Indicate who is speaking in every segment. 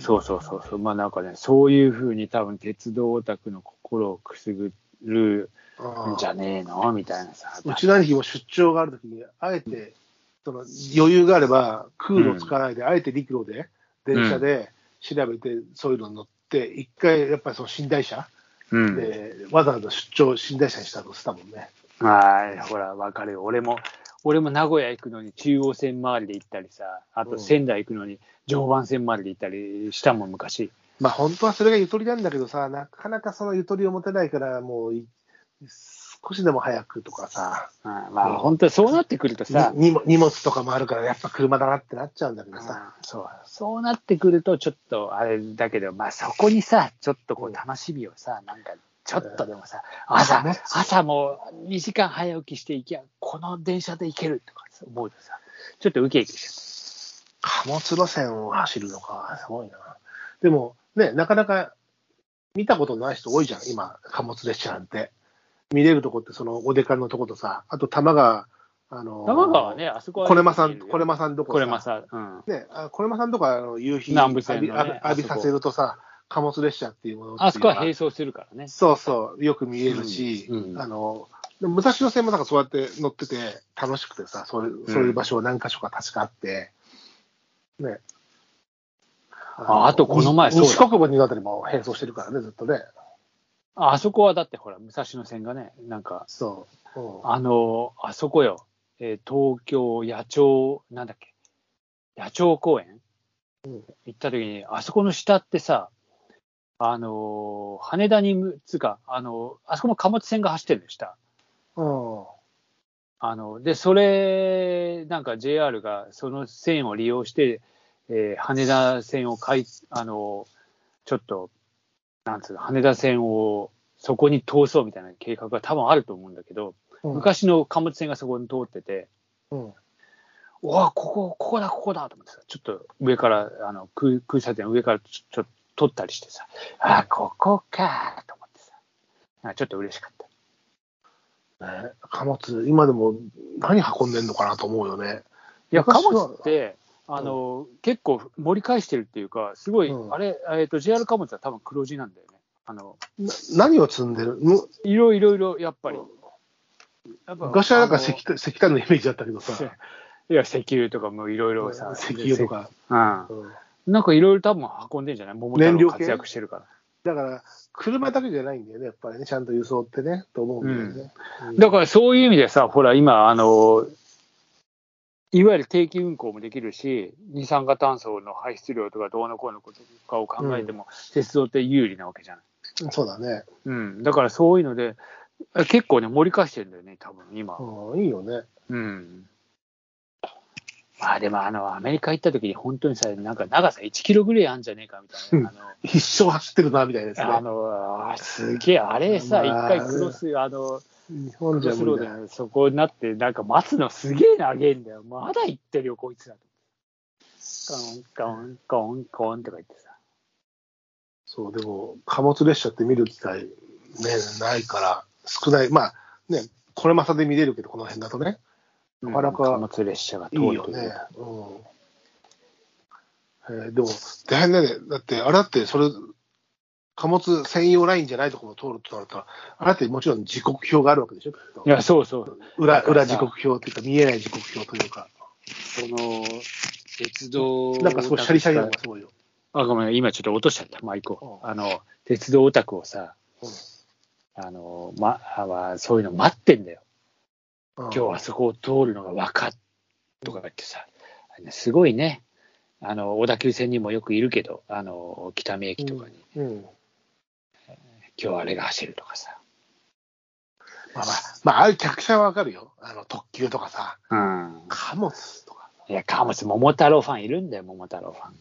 Speaker 1: そうそう、まあなんかね、そういうふうに多分鉄道オタクの心をくすぐるんじゃねえのみたいなさ。
Speaker 2: うちの兄貴も出張があるときに、あえて、その余裕があれば、空路つかないで、あえて陸路で、電車で調べて、そういうのに乗って、一回、やっぱりその寝台車
Speaker 1: うん。
Speaker 2: で、わざわざ出張、寝台車にしたのって言ってたもんね。
Speaker 1: はい、ほら、わかるよ。俺も、俺も名古屋行くのに中央線周りで行ったりさ、あ
Speaker 2: う
Speaker 1: と
Speaker 2: ん
Speaker 1: 仙台行くのに常磐線周りで行ったりしたもん、昔。
Speaker 2: まあ本当はそれがゆとりなんだけどさ、なかなかそのゆとりを持てないから、もうい少しでも早くとかさ、
Speaker 1: あま
Speaker 2: う
Speaker 1: あ、
Speaker 2: ん
Speaker 1: 本当にそうなってくるとさ、
Speaker 2: に荷物荷物とかもあるから、やっぱ車だなってなっちゃうんだけどさ、
Speaker 1: そうそうなってくると、ちょっとあれだけど、まあ、そこにさ、ちょっとこ
Speaker 2: うん
Speaker 1: う楽しみをさ、なんか、ちょっとでもさ、朝、
Speaker 2: ね
Speaker 1: 朝も2時間早起きして行きゃ、この電車で行けるとか思うとさ、ちょっとウキウキしち
Speaker 2: 貨物路線を走るのか、すごいな。でも、ね、なかなか見たことない人多いじゃん、今、貨物列車なんて。見れるとこって、そのお出かんのとことさ、あと玉川、あ
Speaker 1: ゃ
Speaker 2: の
Speaker 1: う。玉川、ね、あそこは。
Speaker 2: これまさん、これまさんとこ
Speaker 1: これまさ、うん。
Speaker 2: ね、あこれまさんとかあの夕日
Speaker 1: 南部線のね
Speaker 2: 浴び浴び
Speaker 1: あそ
Speaker 2: 浴び
Speaker 1: こ
Speaker 2: させるとさ、貨物列車っていうものっていうの
Speaker 1: あそこは並走するからね。
Speaker 2: そうそう、よく見えるし、
Speaker 1: うんうん
Speaker 2: あの、でも武蔵野線もなんかそうやって乗ってて楽しくてさ、そういうそういう場所を何箇所か確かあって、ね。
Speaker 1: ああとこの前
Speaker 2: に
Speaker 1: そうだ
Speaker 2: 西国分にあたりも並走してるからね、ずっとね。
Speaker 1: ああそこはだってほら、武蔵野線がね、なんか、
Speaker 2: そう。うん
Speaker 1: あのーあそこよ、えー東京野鳥、なんだっけ、野鳥公園、
Speaker 2: うん
Speaker 1: 行った時に、あそこの下ってさ、あのー羽田にむ、つうか、あのーあそこも貨物船が走ってるのよ、下。
Speaker 2: うん。
Speaker 1: あの、で、それ、なんか JR がその線を利用して、えー羽田線をかい、あの、ちょっと、なんつうの、羽田線をそこに通そうみたいな計画が多分あると思うんだけど、
Speaker 2: うん、
Speaker 1: 昔の貨物船がそこに通ってて、
Speaker 2: うん。
Speaker 1: うわここ、ここだ、ここだと思ってさ、ちょっと上から、あの、空空車点上からちょちょっと撮ったりしてさ、あー、ここかと思ってさ、なんかちょっと嬉しかった。
Speaker 2: ね、貨物、今でも何運んでんのかなと思うよね。
Speaker 1: いや、貨
Speaker 2: 昔は
Speaker 1: 物って、あの、結構盛り返してるっていうか、すごい、
Speaker 2: うん
Speaker 1: あれ、えっと、JR 貨物は多分黒字なんだよね。あの、
Speaker 2: な何を積んでるむ
Speaker 1: いろいろいろ、やっぱり
Speaker 2: うん。
Speaker 1: やっぱ
Speaker 2: 昔はなんか
Speaker 1: あの
Speaker 2: 石炭石炭のイメージだったけどさ、
Speaker 1: いや、石油とかもいろいろさ、
Speaker 2: 石油とか。
Speaker 1: か。
Speaker 2: うん
Speaker 1: うん。なんかいろいろ多分運んでんじゃない桃太
Speaker 2: 燃料
Speaker 1: 郎
Speaker 2: 系
Speaker 1: 活躍してるから。
Speaker 2: だから、車だけじゃないんだよね、やっぱりね、ちゃんと輸送ってね、と思うんだよね。うん
Speaker 1: だからそういう意味でさ、ほら、今、あの、いわゆる定期運行もできるし、二酸化炭素の排出量とかどうのこうのことかを考えても、鉄道って有利なわけじゃない。
Speaker 2: そうだね、
Speaker 1: うん、だからそういうので、え結構ね、盛り返してるんだよね、多分今。
Speaker 2: うん。いいよね。
Speaker 1: うん。まあでも、あの、アメリカ行った時に、本当にさ、なんか長さ1キロぐらいあんじゃねえかみたい な。
Speaker 2: 一生走ってるな、みたいなやつ
Speaker 1: あの、あ
Speaker 2: ね。
Speaker 1: のあーすげえ、あれさ、一
Speaker 2: まあ
Speaker 1: 回クロス、あの、
Speaker 2: 日
Speaker 1: ク
Speaker 2: 本じ
Speaker 1: ロ
Speaker 2: ゃ
Speaker 1: ス
Speaker 2: 無
Speaker 1: ロ
Speaker 2: 理だ
Speaker 1: ードのそこになって、なんか待つのすげえ長えんだよ。まだ行ってるよ、こいつらと。カン、カン、カン、カンとか言ってさ。
Speaker 2: そう、でも、貨物列車って見る機会、ね、ないから、少ない。まあ、ね、これまさで見れるけど、この辺だとね、なかなか
Speaker 1: うん貨物列車が通
Speaker 2: い
Speaker 1: る
Speaker 2: い
Speaker 1: と
Speaker 2: よね。うん。えーでも、大変だよね。だって、あれだって、それ、貨物専用ラインじゃないところを通るとなったら、あれだってもちろん時刻表があるわけでしょ、きっと
Speaker 1: いや、そうそう。
Speaker 2: 裏、
Speaker 1: だか
Speaker 2: 裏
Speaker 1: らさ
Speaker 2: 時刻表っていうか、見えない時刻表というか、
Speaker 1: その、鉄道
Speaker 2: なんかすごいシャリシャリなのがすごいよ。
Speaker 1: あ、ごめん、今ちょっと落としちゃった。まあ、行こう。
Speaker 2: うん
Speaker 1: あの、鉄道オタクをさ、
Speaker 2: うん
Speaker 1: あの、ま、あはそういうの待ってんだよ。
Speaker 2: 今
Speaker 1: 今日あそこを通るのが分かっとか言ってさ、すごいね。あの、小田急線にもよくいるけど、あの、北見駅とかに、
Speaker 2: うん。
Speaker 1: 今日あれが走るとかさ。
Speaker 2: まあまあ、まあ、ああいう客車はわかるよ。あの、特急とかさ、
Speaker 1: うん。
Speaker 2: 貨物とか。
Speaker 1: いや、貨物、桃太郎ファンいるんだよ、桃太郎ファン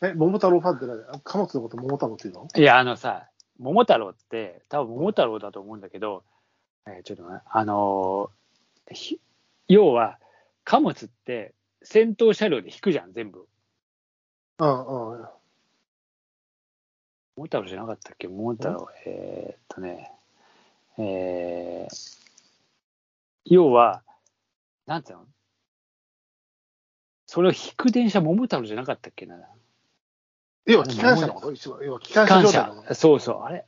Speaker 1: が。
Speaker 2: え、桃太郎ファンって何貨物のこと桃太郎っていうの
Speaker 1: いや、あのさ、桃太郎って、多分桃太郎だと思うんだけど、えーちょっと待ってあのーひ要は、貨物って戦闘車両で引くじゃん、全部。
Speaker 2: うんうん。
Speaker 1: 桃太郎じゃなかったっけ桃太郎、えーっとね、えー、要は、なんつうのそれを引く電車、桃太郎じゃなかったっけな。
Speaker 2: 要は機関車のこと一番要は機関
Speaker 1: 機
Speaker 2: 車
Speaker 1: 関
Speaker 2: 状態のこ
Speaker 1: 車。そうそう、あれ。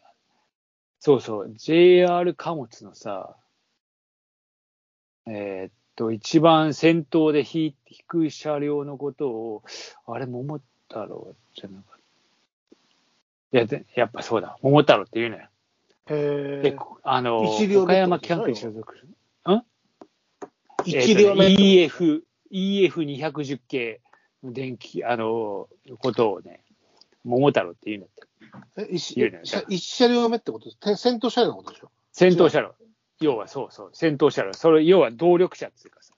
Speaker 1: そうそう、JR 貨物のさ、えーっと、一番先頭で引引く車両のことを、あれ、桃太郎じゃなかった。いや、でやっぱそうだ、桃太郎って言うのよ。
Speaker 2: と。へ
Speaker 1: で、こあの、
Speaker 2: 一両
Speaker 1: 岡
Speaker 2: 目ってこ
Speaker 1: 山
Speaker 2: と
Speaker 1: 機
Speaker 2: じゃ
Speaker 1: 関
Speaker 2: ないの
Speaker 1: 区に所属する。
Speaker 2: ー一両目。
Speaker 1: えーとね EF、EF210 系の電気、あの、ことをね、桃太郎って言うんだって。
Speaker 2: え一
Speaker 1: 言うね
Speaker 2: 車一車両目ってことて先頭車両のことでしょ
Speaker 1: 先頭車両。要はそうそう、先頭車両。それ、要は動力車っていうかさ。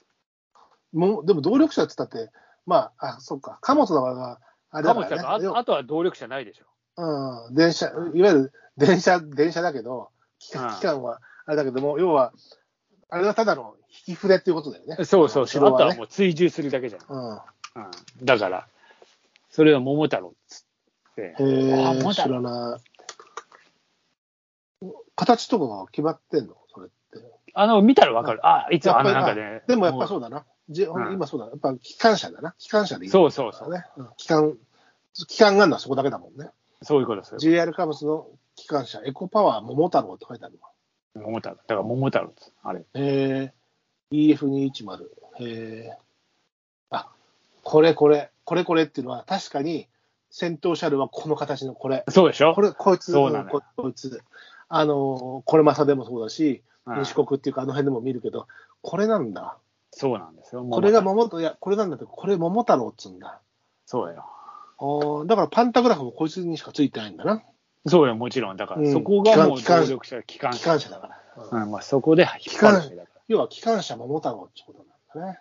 Speaker 2: もうでも動力車って言ったって、まあ、あ、そっか、貨物の場合は、あれ
Speaker 1: 貨
Speaker 2: だか
Speaker 1: 物だから
Speaker 2: ら
Speaker 1: あ
Speaker 2: ね
Speaker 1: と、あとは動力車ないでしょ。
Speaker 2: 要、うん、電車、いわゆる電車、電車だけど、期
Speaker 1: うん
Speaker 2: 間期間はあれだけども、要は、あれはただの引き筆っていうことだよね。
Speaker 1: そうそうそう。
Speaker 2: 後ろ
Speaker 1: あと
Speaker 2: は
Speaker 1: は
Speaker 2: ね
Speaker 1: もう追従するだけじゃん。
Speaker 2: う
Speaker 1: う
Speaker 2: ん。
Speaker 1: ん、だから、それは桃太郎っつって。
Speaker 2: へ
Speaker 1: あま
Speaker 2: え、
Speaker 1: だ
Speaker 2: 知らない。形とかが決まってんのそれって。
Speaker 1: あの、見たらわかる。あ、いつもあの
Speaker 2: やっぱ
Speaker 1: 中
Speaker 2: り
Speaker 1: で。。
Speaker 2: でもやっぱそううだな。じ
Speaker 1: うん
Speaker 2: 今そうだな。やっぱ機関車だな。機関車でいい
Speaker 1: そうそうそ
Speaker 2: だ
Speaker 1: う。
Speaker 2: ね。うん機関、機関があるのはそこだけだもんね。
Speaker 1: そういうことですよ。
Speaker 2: JR 貨物の機関車、エコパワー桃太郎って書いてあるわ。
Speaker 1: 桃太郎。だから桃太郎っつあれ。
Speaker 2: えー、EF210。えー、あ、これこれ、これこれっていうのは確かに先頭車両はこの形のこれ。
Speaker 1: そうでしょ
Speaker 2: これ、こいつ、
Speaker 1: そうなのよ
Speaker 2: ここいつ。あのー、これまさでもそうだし、
Speaker 1: うん
Speaker 2: 西国っていうかあの辺でも見るけど、これなんだ。
Speaker 1: そうなんですよ。桃
Speaker 2: こ
Speaker 1: 太郎
Speaker 2: れが桃太郎、いや、これなんだって、これ桃太郎っつうんだ。
Speaker 1: そうよ。
Speaker 2: あーだからパンタグラフもこいつにしかついてないんだな。
Speaker 1: そうよ、もちろん。だから、
Speaker 2: うん
Speaker 1: そこがもう
Speaker 2: 機関
Speaker 1: 動力車、機関
Speaker 2: 機
Speaker 1: 車。
Speaker 2: 関車だから。うん
Speaker 1: うん、まあそこで引っ張るわけだから。
Speaker 2: 要は機関車桃太郎ってことなんだね。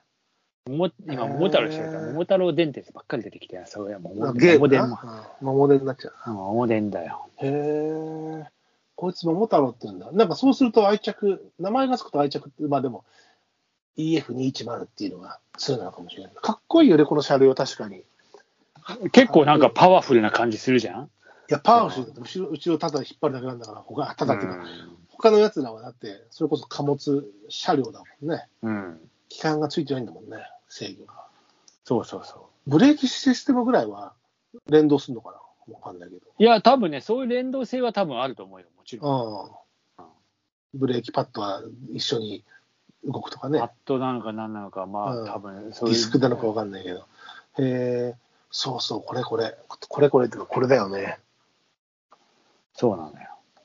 Speaker 1: 桃今、桃太郎してるから、
Speaker 2: へー
Speaker 1: 桃太郎電鉄ばっかり出てきて、そうや、桃
Speaker 2: ゲ
Speaker 1: 桃
Speaker 2: ーム
Speaker 1: 電
Speaker 2: だ
Speaker 1: も。
Speaker 2: な。うん桃電になっちゃ
Speaker 1: う
Speaker 2: う。
Speaker 1: ん桃電だよ。
Speaker 2: へえ。こいつ桃太郎って言うんだ。なんかそうすると愛着、名前がつくと愛着って、まあでも EF210 っていうのが2なのかもしれない。かっこいいよね、この車両は確かに。い
Speaker 1: 結構なんかパワフルな感じするじゃん
Speaker 2: や、パワフルだって後ろ、後ろただ引っ張るだけなんだから、他、ただっていうか、
Speaker 1: う
Speaker 2: 他のやつらはだって、それこそ貨物車両だもんね。
Speaker 1: んうん。
Speaker 2: 機関がついてないんだもんね、制御が。
Speaker 1: そうそうそ
Speaker 2: ブレーキシステムぐらいは連動するのかなわかんないけど。
Speaker 1: う。いや、多分ね、そういう連動性は多分あると思うよ、もちろん。
Speaker 2: うんブレーキパッドは一緒に動くとかね、
Speaker 1: パッドなのか何なのか、まあ、
Speaker 2: うん
Speaker 1: 多分そう
Speaker 2: デ
Speaker 1: いう。
Speaker 2: ィスクなのか分かんないけど、へえ、そうそう、これこれ、これこれっていうか、これだよね。
Speaker 1: そうなのよ。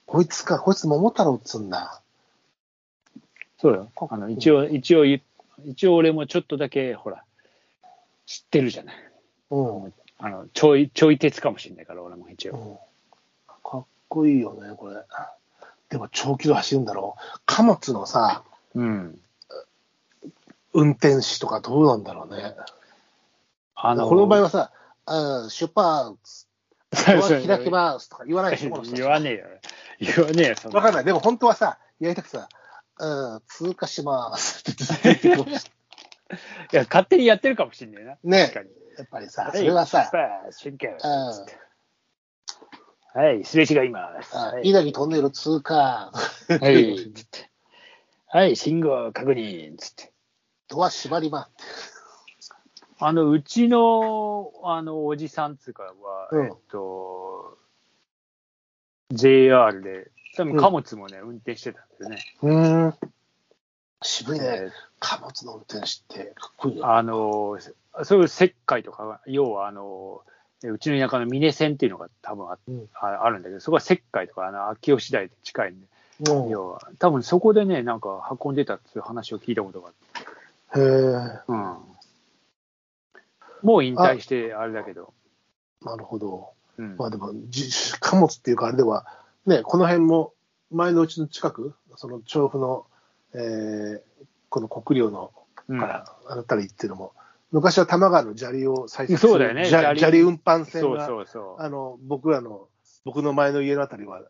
Speaker 2: こいつか、こいつ桃太郎っつうんだ。
Speaker 1: そうよ。あの一応、一応言、一応俺もちょっとだけ、ほら、知ってるじゃない。
Speaker 2: うん。うん
Speaker 1: あの、ちょい、ちょい鉄かもしれないから、俺も一応。
Speaker 2: かっこいいよね、これ。でも長距離走るんだろう。貨物のさ、
Speaker 1: うん。
Speaker 2: 運転士とかどうなんだろうね。
Speaker 1: あ
Speaker 2: この場合はさ、あー出発、ドア開けますとか言わないでしょ、この人たち
Speaker 1: 言わねえよ。言わねえよ、そん
Speaker 2: わかん
Speaker 1: な。
Speaker 2: ない。でも本当はさ、やりたくてさ、うん、通過しますってずっと言ってこう
Speaker 1: いや、勝手にやってるかもしんねえな。
Speaker 2: ね
Speaker 1: 確かに。
Speaker 2: やっぱりさ、それはさ、
Speaker 1: はい、瞬間
Speaker 2: うん
Speaker 1: はい、すれ違います。
Speaker 2: あ
Speaker 1: はい、
Speaker 2: 稲城トンネル通過、
Speaker 1: はいつってはい、信号確認、つって。
Speaker 2: ドア閉まります。
Speaker 1: あの、うちの、あの、おじさんつうかは、
Speaker 2: うん
Speaker 1: えっと、JR で、多分貨物もね、運転してたんだよね。
Speaker 2: うん。渋いね。
Speaker 1: え
Speaker 2: 貨物の運転手ってかっこいい
Speaker 1: ー
Speaker 2: ね。
Speaker 1: あの、そういう石灰とかは、要はあの、えうちの田舎の峰線っていうのが多分あっ
Speaker 2: うん
Speaker 1: ああるんだけど、そこは石灰とか、あの秋吉台って近いんで、
Speaker 2: うん
Speaker 1: 要は、多分そこでね、なんか運んでたっていう話を聞いたことがあって、
Speaker 2: へえ、
Speaker 1: うん、もう引退してあれだけど、
Speaker 2: なるほど。
Speaker 1: うん
Speaker 2: まあでも、じ貨物っていうかあれでは、ね、この辺も、前のうちの近く、その調布の、えーこの国領の
Speaker 1: うん
Speaker 2: からあのたりっていうのも、昔は多摩川の砂利を採掘する
Speaker 1: そうだよね
Speaker 2: 砂
Speaker 1: 砂
Speaker 2: 利
Speaker 1: 利
Speaker 2: 砂利運搬
Speaker 1: そ
Speaker 2: 船
Speaker 1: う
Speaker 2: が
Speaker 1: そうそ
Speaker 2: あの僕らの、僕の前の家のあたりは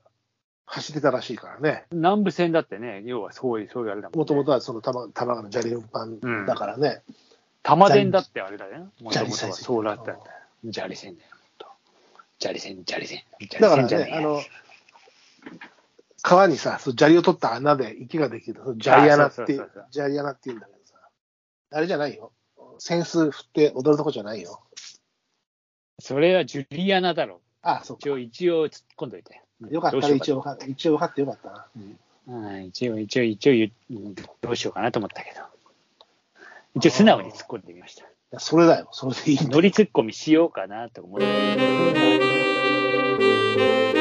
Speaker 2: 走ってたらしいからね、
Speaker 1: う、南部線だってね、要はそういう、そういうあれだもん、ね、
Speaker 2: もともとはその多摩多摩川の砂利運搬だからね、
Speaker 1: 玉電だってあれだよね、も
Speaker 2: 砂
Speaker 1: と
Speaker 2: 利
Speaker 1: もと
Speaker 2: 採
Speaker 1: は
Speaker 2: 掘
Speaker 1: そうだったよ。砂利線だよ、ほんと砂利線、砂利線、
Speaker 2: だ
Speaker 1: 砂
Speaker 2: か
Speaker 1: 利
Speaker 2: ら
Speaker 1: 線じゃ
Speaker 2: ね、あ
Speaker 1: ね
Speaker 2: の川にさ、その砂利を取った穴で池ができる、その砂利穴
Speaker 1: あ
Speaker 2: っ
Speaker 1: そう
Speaker 2: て
Speaker 1: そうそうそう、
Speaker 2: 砂利穴って言うんだけどさ、あれじゃないよ、扇子振って踊るとこじゃないよ、
Speaker 1: えそれはジュリアナだろ。
Speaker 2: あ、そっ
Speaker 1: 一
Speaker 2: か。
Speaker 1: 応、一応突っ込んどいて。
Speaker 2: よかったら
Speaker 1: どうし
Speaker 2: 一
Speaker 1: よ
Speaker 2: 応分か一応分かってよかったな。う
Speaker 1: う
Speaker 2: ん
Speaker 1: かなうん一応、一応、一応言う、うんどうしようかなと思ったけど。一応、素直に突っ込んでみました。
Speaker 2: いやそれだよ。それでいいんだよ
Speaker 1: 乗り突っ込みしようかなと思って。